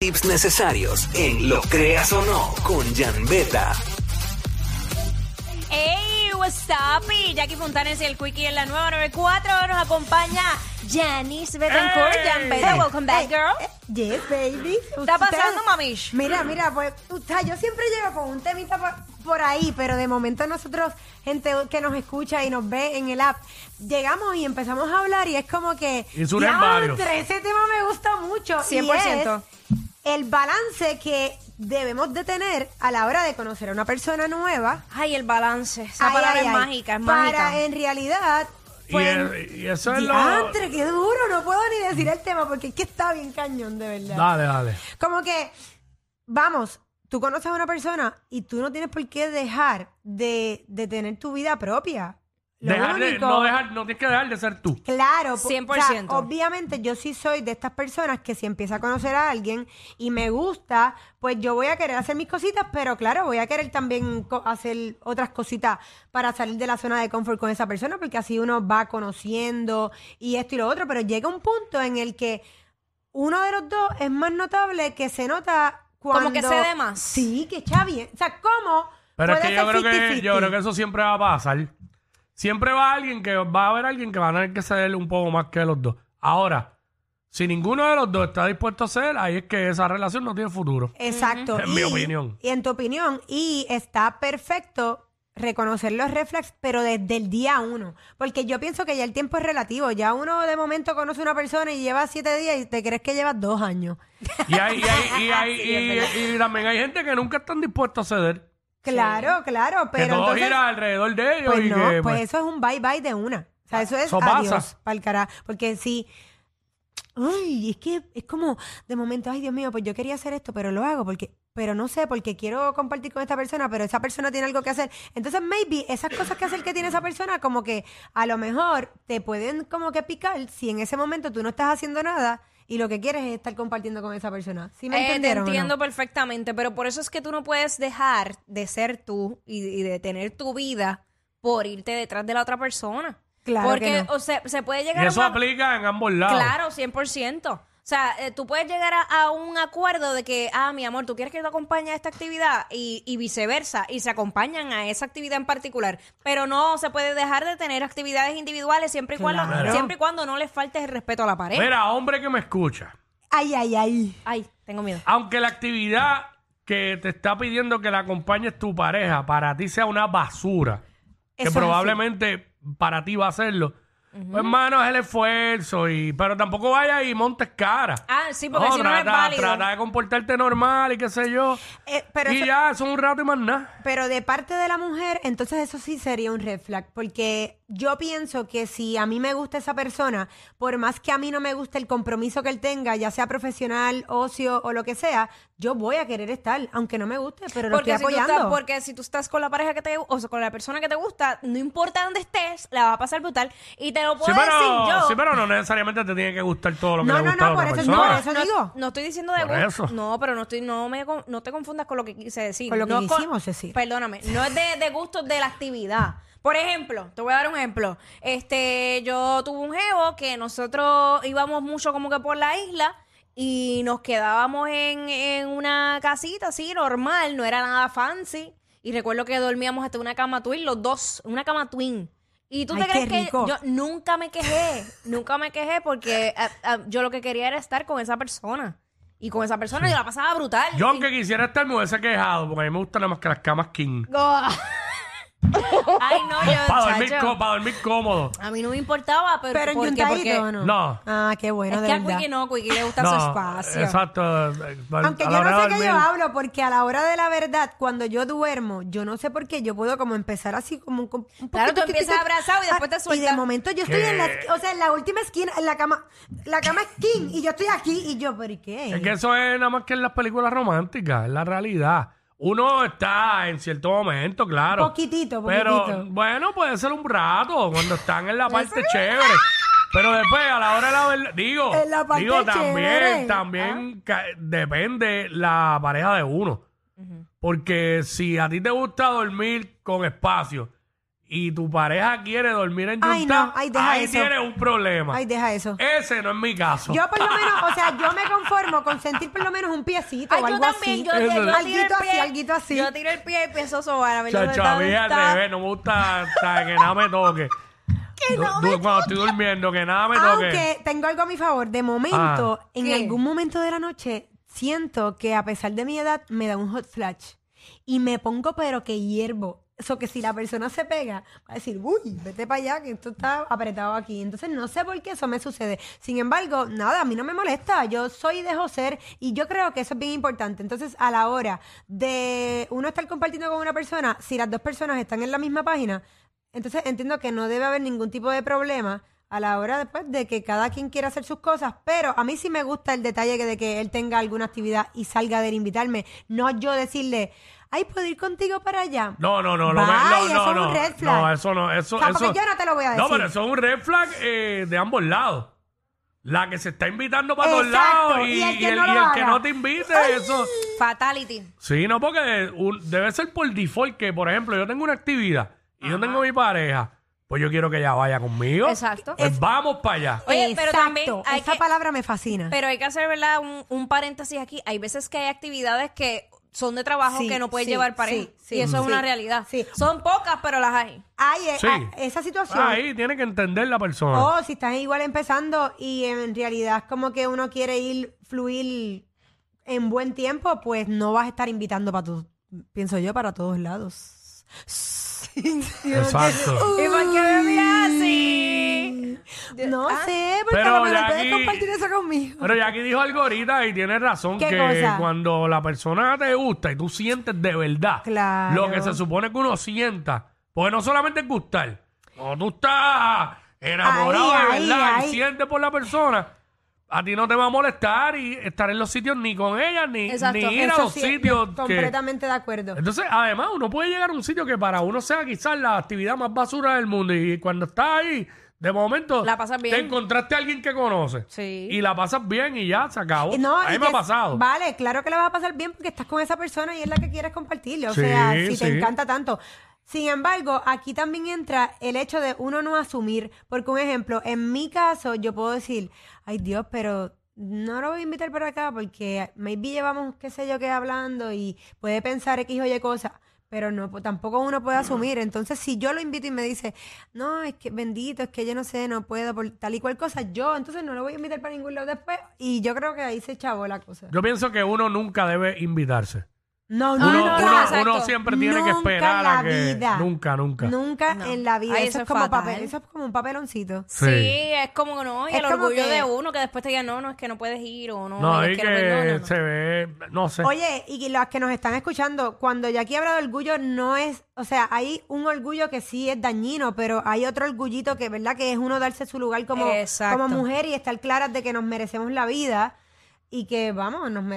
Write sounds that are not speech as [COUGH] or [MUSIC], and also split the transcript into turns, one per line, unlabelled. tips necesarios en Lo Creas o No con Beta.
¡Hey, what's up? Y Jackie Fontanes y el Quickie en la nueva 94 nos acompaña Janice Betancourt.
Hey.
Jan Beta, welcome back, girl.
Eh, Yes, baby.
está pasando,
Ustedes-
mamish?
Mira, mira, pues, usted, yo siempre llego con un temita por, por ahí, pero de momento nosotros, gente que nos escucha y nos ve en el app, llegamos y empezamos a hablar y es como que...
Y surgen
"Ya,
varios".
Ese tema me gusta mucho. y
100%.
es el balance que debemos de tener a la hora de conocer a una persona nueva.
Ay, el balance. Esa
Ay,
palabra
ay,
es
ay.
mágica, es
Para
mágica. Eh,
en realidad...
Y,
pues,
el- y eso es lo.
Diantre, qué duro, no puedo ni decir el tema porque es que está bien cañón, de verdad.
Dale, dale.
Como que, vamos, tú conoces a una persona y tú no tienes por qué dejar de, de tener tu vida propia. Lo
Dejar de-
único-
no, dejar, no tienes que dejar de ser tú.
Claro, po-
100%.
o sea, obviamente yo sí soy de estas personas que si empiezo a conocer a alguien y me gusta, pues yo voy a querer hacer mis cositas, pero claro, voy a querer también co- hacer otras cositas para salir de la zona de confort con esa persona, porque así uno va conociendo y esto y lo otro, pero llega un punto en el que uno de los dos es más notable que se nota cuando...
Como que se dé más.
Sí, que está bien. O sea, ¿cómo?
Pero es
puede
que yo,
ser
creo que
50-50?
yo creo que eso siempre va a pasar. Siempre va a alguien que va a haber alguien que va a tener que ceder un poco más que los dos. Ahora, si ninguno de los dos está dispuesto a ceder, ahí es que esa relación no tiene futuro.
Exacto.
Ujú. En mi opinión.
Y en tu opinión. Y está perfecto reconocer los reflex, pero desde el día uno. Porque yo pienso que ya el tiempo es relativo. Ya uno de momento conoce a una persona y lleva siete días y te crees que llevas dos años.
Y, hay- y hay-
[LAUGHS]
y hay-
Sí, es verdad.
y- y también hay gente que nunca están dispuestos a ceder.
Claro, claro.
que
Pero
todo
entonces,
gira alrededor de ellos.
pues
y
no,
que,
pues, eso es un bye bye de una. O sea, eso es
Eso pasa.
adiós pa'l cara. Porque si... Ay, es que es como de momento, ay Dios mío, pues yo quería hacer esto, pero lo hago porque, pero no sé, porque quiero compartir con esta persona, pero esa persona tiene algo que hacer. Entonces, maybe esas cosas que hacer que tiene esa persona, como que a lo mejor te pueden como que picar si en ese momento tú no estás haciendo nada y lo que quieres es estar compartiendo con esa persona. ¿Sí me
Eh, te
entendieron? o no?
entiendo perfectamente, pero por eso es que tú no puedes dejar de ser tú y, y de tener tu vida por irte detrás de la otra persona.
Claro
Porque
que no.
o sea, se puede
y
llegar
eso
a una-
aplica en ambos lados.
Claro, 100%. O sea, eh, tú puedes llegar a, a un acuerdo de que, ah, mi amor, tú quieres que yo te acompañe a esta actividad y, y viceversa, y se acompañan a esa actividad en particular. Pero no se puede dejar de tener actividades individuales siempre y cuando,
Claro.
siempre y cuando no les falte el respeto a la
¿eh?
pareja.
Mira, hombre que me escucha.
Ay, ay, ay.
Ay, tengo miedo.
Ah,
Aunque la actividad que te está pidiendo que la acompañes tu pareja para ti sea una basura,
Eso es
que
así.
probablemente para ti va a serlo, pues hermano, es el esfuerzo, y pero tampoco vayas y montes cara.
Ah, sí, porque si no, no es
trata,
válido.
trata de comportarte normal y qué sé yo.
Eh, pero
y
eso-
ya, eso es un rato y más nada.
Pero de parte de la mujer, entonces eso sí sería un red flag, porque yo pienso que si a mí me gusta esa persona, por más que a mí no me guste el compromiso que él tenga, ya sea profesional, ocio o lo que sea, yo voy a querer estar, aunque no me guste, pero lo estoy
si tú
apoyando.
estás, porque si tú estás con la pareja que te o sea, con la persona que te gusta, no importa dónde estés, la va a pasar brutal. Y te lo puedo
Sí pero,
decir yo.
sí, pero no necesariamente te tiene que gustar todo lo que
No,
le
no,
gusta
no,
a otra
por eso-
persona.
no, eso digo.
No estoy diciendo de
Por
gusto.
eso.
No, pero no estoy, no me con- no te confundas con lo que quise decir.
Con lo que
No
quisimos decir.
Perdóname. No es de, de gustos de la actividad. Por ejemplo, te voy a dar un ejemplo. Este, yo tuve un jevo que nosotros íbamos mucho como que por la isla. Y nos quedábamos en, en una casita así, normal, no era nada fancy. Y recuerdo que dormíamos hasta una cama twin, los dos, una cama twin. ¿Y tú
Ay,
te
qué
crees que
rico.
yo nunca me quejé? nunca me quejé porque ah, ah, yo lo que quería era estar con esa persona. Y con esa persona yo la pasaba brutal.
Yo aunque quisiera estar me hubiese quejado, porque a mí me gustan nada más que las camas king.
Oh. [LAUGHS] Ay, no, yo,
Para dormir,
chacho,
có- pa' dormir cómodo.
A mí no me importaba, pero,
pero en
¿por qué? Porque
yuntadito, ¿o no?
No.
Ah, qué bueno,
es
de
que a
verdad.
Quickie no, Quickie le gusta su espacio.
Exacto. eh, a
Aunque
la
yo
hora
no sé
de
que yo
dormir.
hablo, porque a la hora de la verdad, cuando yo duermo, yo no sé por qué, yo puedo como empezar así como un, un
Claro, tú
poquito-
empiezas abrazado y después te
Ah, Y
sueltas.
de momento yo estoy en la, esqui- o sea, en la última esquina, en la cama, la cama es king y yo estoy aquí y yo, ¿por qué?
Es que eso es nada más que en las películas románticas, es la realidad. Uno está en cierto momento, claro.
Poquitito,
Pero
poquitito.
bueno, puede ser un rato, cuando están en la parte chévere. Pero después, a la hora de la verdad, digo,
En la parte
digo también,
chévere. Ah.
también ca- depende la pareja de uno. Porque si a ti te gusta dormir con espacio y tu pareja quiere dormir en
Ay,
Yuntap,
no, ay, deja
ahí
eso.
tienes un problema.
Ay, deja eso.
Ese no es mi caso.
Yo por lo menos, o sea, yo me conformo con sentir por lo menos un piecito
Ay,
o
yo
algo
también,
así.
yo, yo- yo tiro el
alguito así,
pie,
alguito así.
Yo tiro el pie y pienso sobar. A ver, yo
Chacho, a mí al revés, no me gusta o sea, que nada me
[LAUGHS]
toque. Du-
no
du-
me
cuando estoy durmiendo, que nada me toque.
Aunque tengo algo a mi favor. De momento, en
¿Qué?
algún momento de la noche, siento que a pesar de mi edad, me da un hot flash. Y me pongo, pero que hiervo. Eso que si la persona se pega, va a decir, uy, vete para allá, que esto está apretado aquí. Entonces, no sé por qué eso me sucede. Sin embargo, nada, a mí no me molesta. Yo soy y dejo ser y yo creo que eso es bien importante. Entonces, a la hora de uno estar compartiendo con una persona, si las dos personas están en la misma página, entonces entiendo que no debe haber ningún tipo de problema a la hora después de que cada quien quiera hacer sus cosas, pero a mí sí me gusta el detalle que- de que él tenga alguna actividad y salga de él invitarme, no yo decirle, ay, ¿puedo ir contigo para allá?
No, no, no, lo
Bye,
me- no,
eso
no,
es un
no,
red flag.
no, eso no, eso,
O sea, porque
eso-
yo no te lo voy a
No,
decir.
pero eso es un red flag eh, de ambos lados. La que se está invitando para todos
Exacto,
lados y,
y el que
y el,
no lo
y el que
haga.
no te invite, eso.
Fatality.
Sí, no, porque un- debe ser por default que, por ejemplo, yo tengo una actividad y yo tengo mi pareja, pues yo quiero que ella vaya conmigo.
Exacto.
Pues vamos para allá.
Oye, pero
Exacto,
también hay
esa
que-
palabra me fascina.
Pero hay que hacer, ¿verdad? Un, un paréntesis aquí. Hay veces que hay actividades que son de trabajo
Sí,
que no puedes
sí,
llevar pareja.
sí, sí,
y eso es
sí,
una realidad.
sí.
Son pocas, pero las hay.
Ay, eh,
Sí.
ah, esa situación.
Ahí tiene que entender la persona.
O si estás igual empezando y en realidad es como que uno quiere ir, fluir en buen tiempo, pues no vas a estar invitando para tu, pienso yo, para todos lados. [LAUGHS]
Exacto.
¿Y por qué me miras así?
No sé, porque
Pero
a lo mejor
Jackie-
puedes compartir eso conmigo.
Pero Jackie dijo algo ahorita y tiene razón
¿Qué
que
cosa?
cuando la persona te gusta y tú sientes de verdad
Claro.
lo que se supone que uno sienta, porque no solamente es gustar, cuando tú estás enamorado
Ahí,
de
ahí,
verdad
ahí.
y sientes por la persona, a ti no te va a molestar y estar en los sitios ni con ella ni,
Exacto,
ni ir a
Eso
los
sí,
sitios. que-
Completamente de acuerdo.
Entonces, además, uno puede llegar a un sitio que para uno sea quizás la actividad más basura del mundo. Y cuando estás ahí, de momento,
La pasas bien.
te encontraste a alguien que conoces.
Sí.
Y la pasas bien y ya se acabó.
Y no,
a
y
mí me ha
que-
pasado.
Vale, claro que la vas a pasar bien porque estás con esa persona y es la que quieres compartirle. O
Sí,
sea, si te
sí.
encanta tanto. Sin embargo, aquí también entra el hecho de uno no asumir. Porque, un ejemplo, en mi caso, yo puedo decir, ay Dios, pero no lo voy a invitar para acá porque maybe llevamos qué sé yo qué hablando y puede pensar X o Y cosa. Pero no, pues, tampoco uno puede asumir. Entonces, si yo lo invito y me dice, no, es que bendito, es que yo no sé, no puedo, por tal y cual cosa, yo entonces no lo voy a invitar para ningún lado después. Y yo creo que ahí se chavó la cosa.
Yo pienso que uno nunca debe invitarse.
No,
Uno,
nunca.
no,
uno-
no, exacto.
uno siempre tiene que
Nunca
esperar a
en la
que.
vida.
Nunca, nunca.
Nunca
No.
en la vida.
Ay,
eso,
eso
es
es
como
fatal.
papel, eso es como un papeloncito.
Sí.
Sí.
es como que no, y
Es
el
como
orgullo
que-
de uno que después te digan, no, no, es que no puedes ir o no,
No,
y
y
es
que
que, no me- no, no, no.
se ve. No sé.
Oye, y las que nos están escuchando, cuando Jackie habla de orgullo, no es, o sea, hay un orgullo que sí es dañino, pero hay otro orgullito que, ¿verdad? Que es uno darse su lugar como,
Exacto.
como mujer y estar claras de que nos merecemos la vida y que, vamos, nos merecemos.